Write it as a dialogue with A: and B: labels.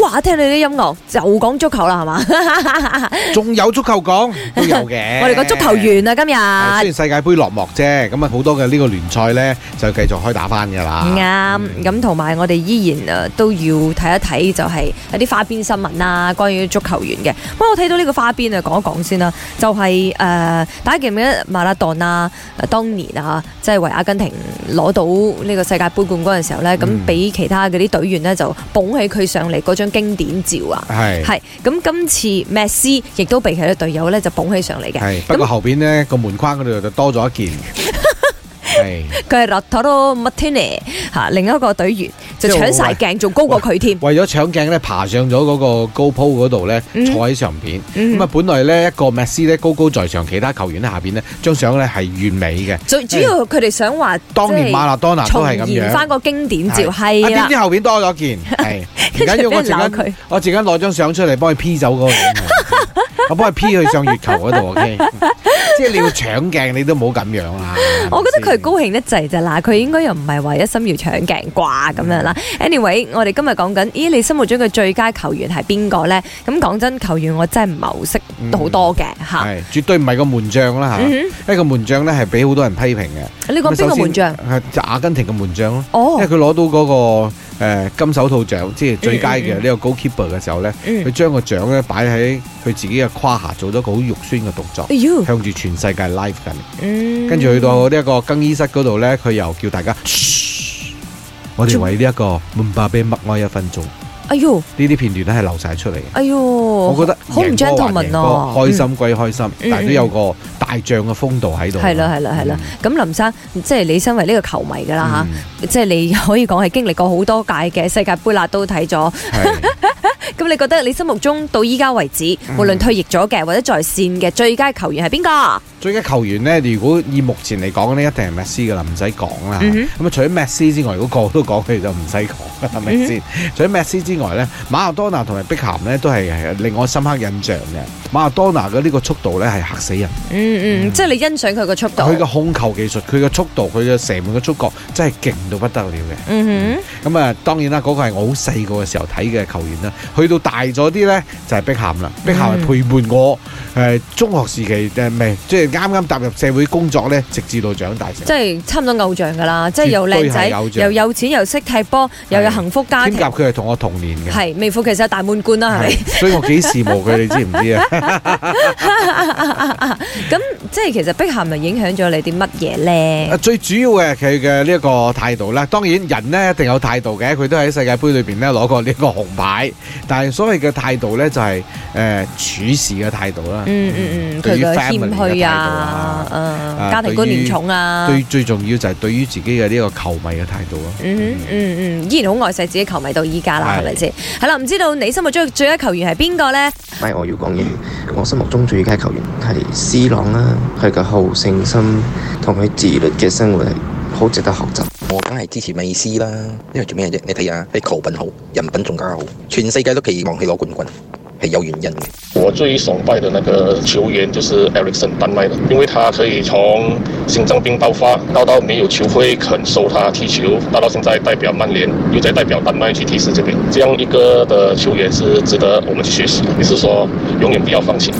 A: 哇！聽你啲音樂就講足球啦，係嘛？
B: 仲有足球講都有 嘅。
A: 我哋個足球員啊，今
B: 係。雖
A: 日
B: 然世界盃落幕啫，咁啊好多嘅呢個聯賽呢，就繼續開打翻㗎啦。
A: 嗯啊啱咁，同埋我哋依然誒都要睇一睇，就係一啲花邊新聞啦，關於足球員嘅。不過我睇到呢個花邊啊，講一講先啦，就係、誒、呃大家記唔記得馬拉當啦？誒當年啊，即係為阿根廷攞到呢個世界盃冠軍嘅時候呢，
B: 嗯
A: 咁俾其他嗰啲隊員呢，就捧起佢上嚟嗰張經典照啊！
B: 係
A: 係咁，今次梅西亦都被佢嘅隊友咧就捧起上嚟嘅，
B: 係，不過後邊呢個門框嗰度就多咗一 件。係，
A: 佢係 r o t a r o Martinez 嚇，另一個隊員就搶晒鏡，仲高過佢添。
B: 為咗搶鏡呢，爬上咗嗰個高鋪嗰度呢，
A: 嗯
B: 坐喺上邊。
A: 嗯
B: 咁啊，本來呢一個麥斯呢高高在上，其他球員呢下邊呢張相呢係完美嘅。
A: 最主要佢哋想話，
B: 當
A: 即
B: 年
A: 係
B: 馬拉多納都
A: 重
B: 係咁
A: 現
B: 樣。
A: 翻個經典照，
B: 啊
A: 係
B: 點
A: 啦
B: 知，後邊多咗件，係
A: 跟
B: 唔緊
A: 住
B: 要，
A: 俾
B: 我
A: 人鬧
B: 陣間
A: 佢。
B: 我啊陣間攞張相出嚟幫佢 P 走嗰個 人，我幫佢 P 去上月球嗰度，OK？即係你要搶鏡，你都冇咁樣啦。係咪
A: 我覺得佢
B: 先
A: 係高興得滯咋嗱，佢應該又唔係話一心要搶鏡啩咁樣啦。anyway，我哋今日講緊，咦，你心目中嘅最佳球員係邊個呢？咁講真，球員我真係唔係好識好多嘅嚇。
B: 嗯係絕對唔係個門將啦
A: 嗯
B: 嚇，因為個門將咧係俾好多人批評嘅。
A: 你講邊個門將？
B: 係就阿根廷嘅門將咯，因
A: 哦
B: 為，佢攞到嗰個誒金手套獎，即係最佳嘅
A: 嗯嗯
B: 呢個 goalkeeper 嘅時候咧，
A: 嗯
B: 佢將個獎咧擺喺佢自己嘅胯下，做咗個好肉酸嘅動作
A: 哎，呦，
B: 向住全世界 live 緊。
A: 嗯
B: 跟住去到呢一個更衣室嗰度呢，佢又叫大家，噓
A: 嗯
B: 我哋為呢一個門巴比默哀一分鐘。呢
A: 哎呦，
B: 啲片段咧係流晒出嚟嘅。
A: 哎呦，
B: 我
A: 我
B: 覺得
A: 好唔
B: 贏波還
A: gentleman
B: 贏波
A: 啊，
B: 開心歸開心，
A: 嗯
B: 但係都有個大將嘅風度喺度。
A: 嗯。係啦，係啦，係啦。咁林生，即係你身為呢個球迷㗎啦
B: 嗯，
A: 吓，即係你可以講係經歷過好多屆嘅世界盃啦，都睇咗。
B: 係
A: 咁你覺得你心目中到依家為止，
B: 嗯
A: 無論退役咗嘅或者在線嘅最佳球員係邊個？啊
B: 最佳球員呢，如果以目前嚟講呢，一定係 Messi 噶啦，唔使講啦。
A: 嗯
B: 咁啊，除咗 Messi 之外，如果個個都講佢就唔使講啦，係咪先？除咗 Messi 之外呢，馬拉多納同埋碧咸呢，都係令我深刻印象嘅。馬拉多納嘅呢個速度呢，係嚇死人。
A: 嗯
B: 嗯
A: 嗯，即係你欣賞佢個速度。
B: 佢嘅控球技術、佢嘅速度、佢嘅射門嘅觸覺真係勁到不得了嘅。
A: 嗯
B: 咁啊，當然啦，嗰、個係我好細個嘅時候睇嘅球員啦。去到大咗啲呢，就係碧咸啦。
A: 嗯
B: 碧咸係陪伴我誒、呃中學時期誒，唔係即係啱啱踏入社會工作呢，直至到長大成
A: 哼，即係差唔多偶像㗎啦，即係
B: 絕
A: 又靚
B: 對係偶
A: 仔，
B: 像
A: 又有錢，又識踢波，又有幸福家
B: 人。
A: 庭
B: 添，夾佢係同我同年嘅。
A: 係名副其實大滿貫啦，係咪？
B: 係所以我幾羨慕佢，你知唔知啊？
A: 咁即係其實碧咸咪影響咗你啲乜嘢咧
B: 啊？最主要嘅佢嘅呢一個態度啦，當然人呢一定有態度嘅，佢都喺世界盃裏邊呢攞過呢個紅牌，但係所謂嘅態度呢，就係、誒、處事嘅態度啦。
A: 嗯嗯嗯，佢
B: 對於
A: 嘅
B: 啊 family
A: 謙
B: 嘅態
A: 虛
B: 度
A: 啊，
B: 啊，
A: 誒
B: 啊
A: 家庭觀念重啊。
B: 對最重要就係對於自己嘅呢個球迷嘅態度咯。
A: 嗯哼嗯嗯，依然好愛錫自己球迷到依家啦，
B: 係
A: 係咪先？係啦，唔知道你心目中最佳球員係邊個咧？
C: 咪我要講嘢。我心目中最佳球員係 C 朗啦，佢嘅好勝心同佢自律嘅生活係好值得學習。
D: 我梗係支持美斯啦，因為做咩啫？你睇下，你球品好，人品仲加好，全世界都期望佢攞冠軍，係有原因嘅。
E: 我最崇拜的那个球员就是 Ericsson 丹麦的，因为他可以从心脏病爆发到到没有球会肯收他踢球，到到现在代表曼联，又在代表丹麦去踢世界杯，这样一个的球员是值得我们去学习的。也是说，永远不要放弃。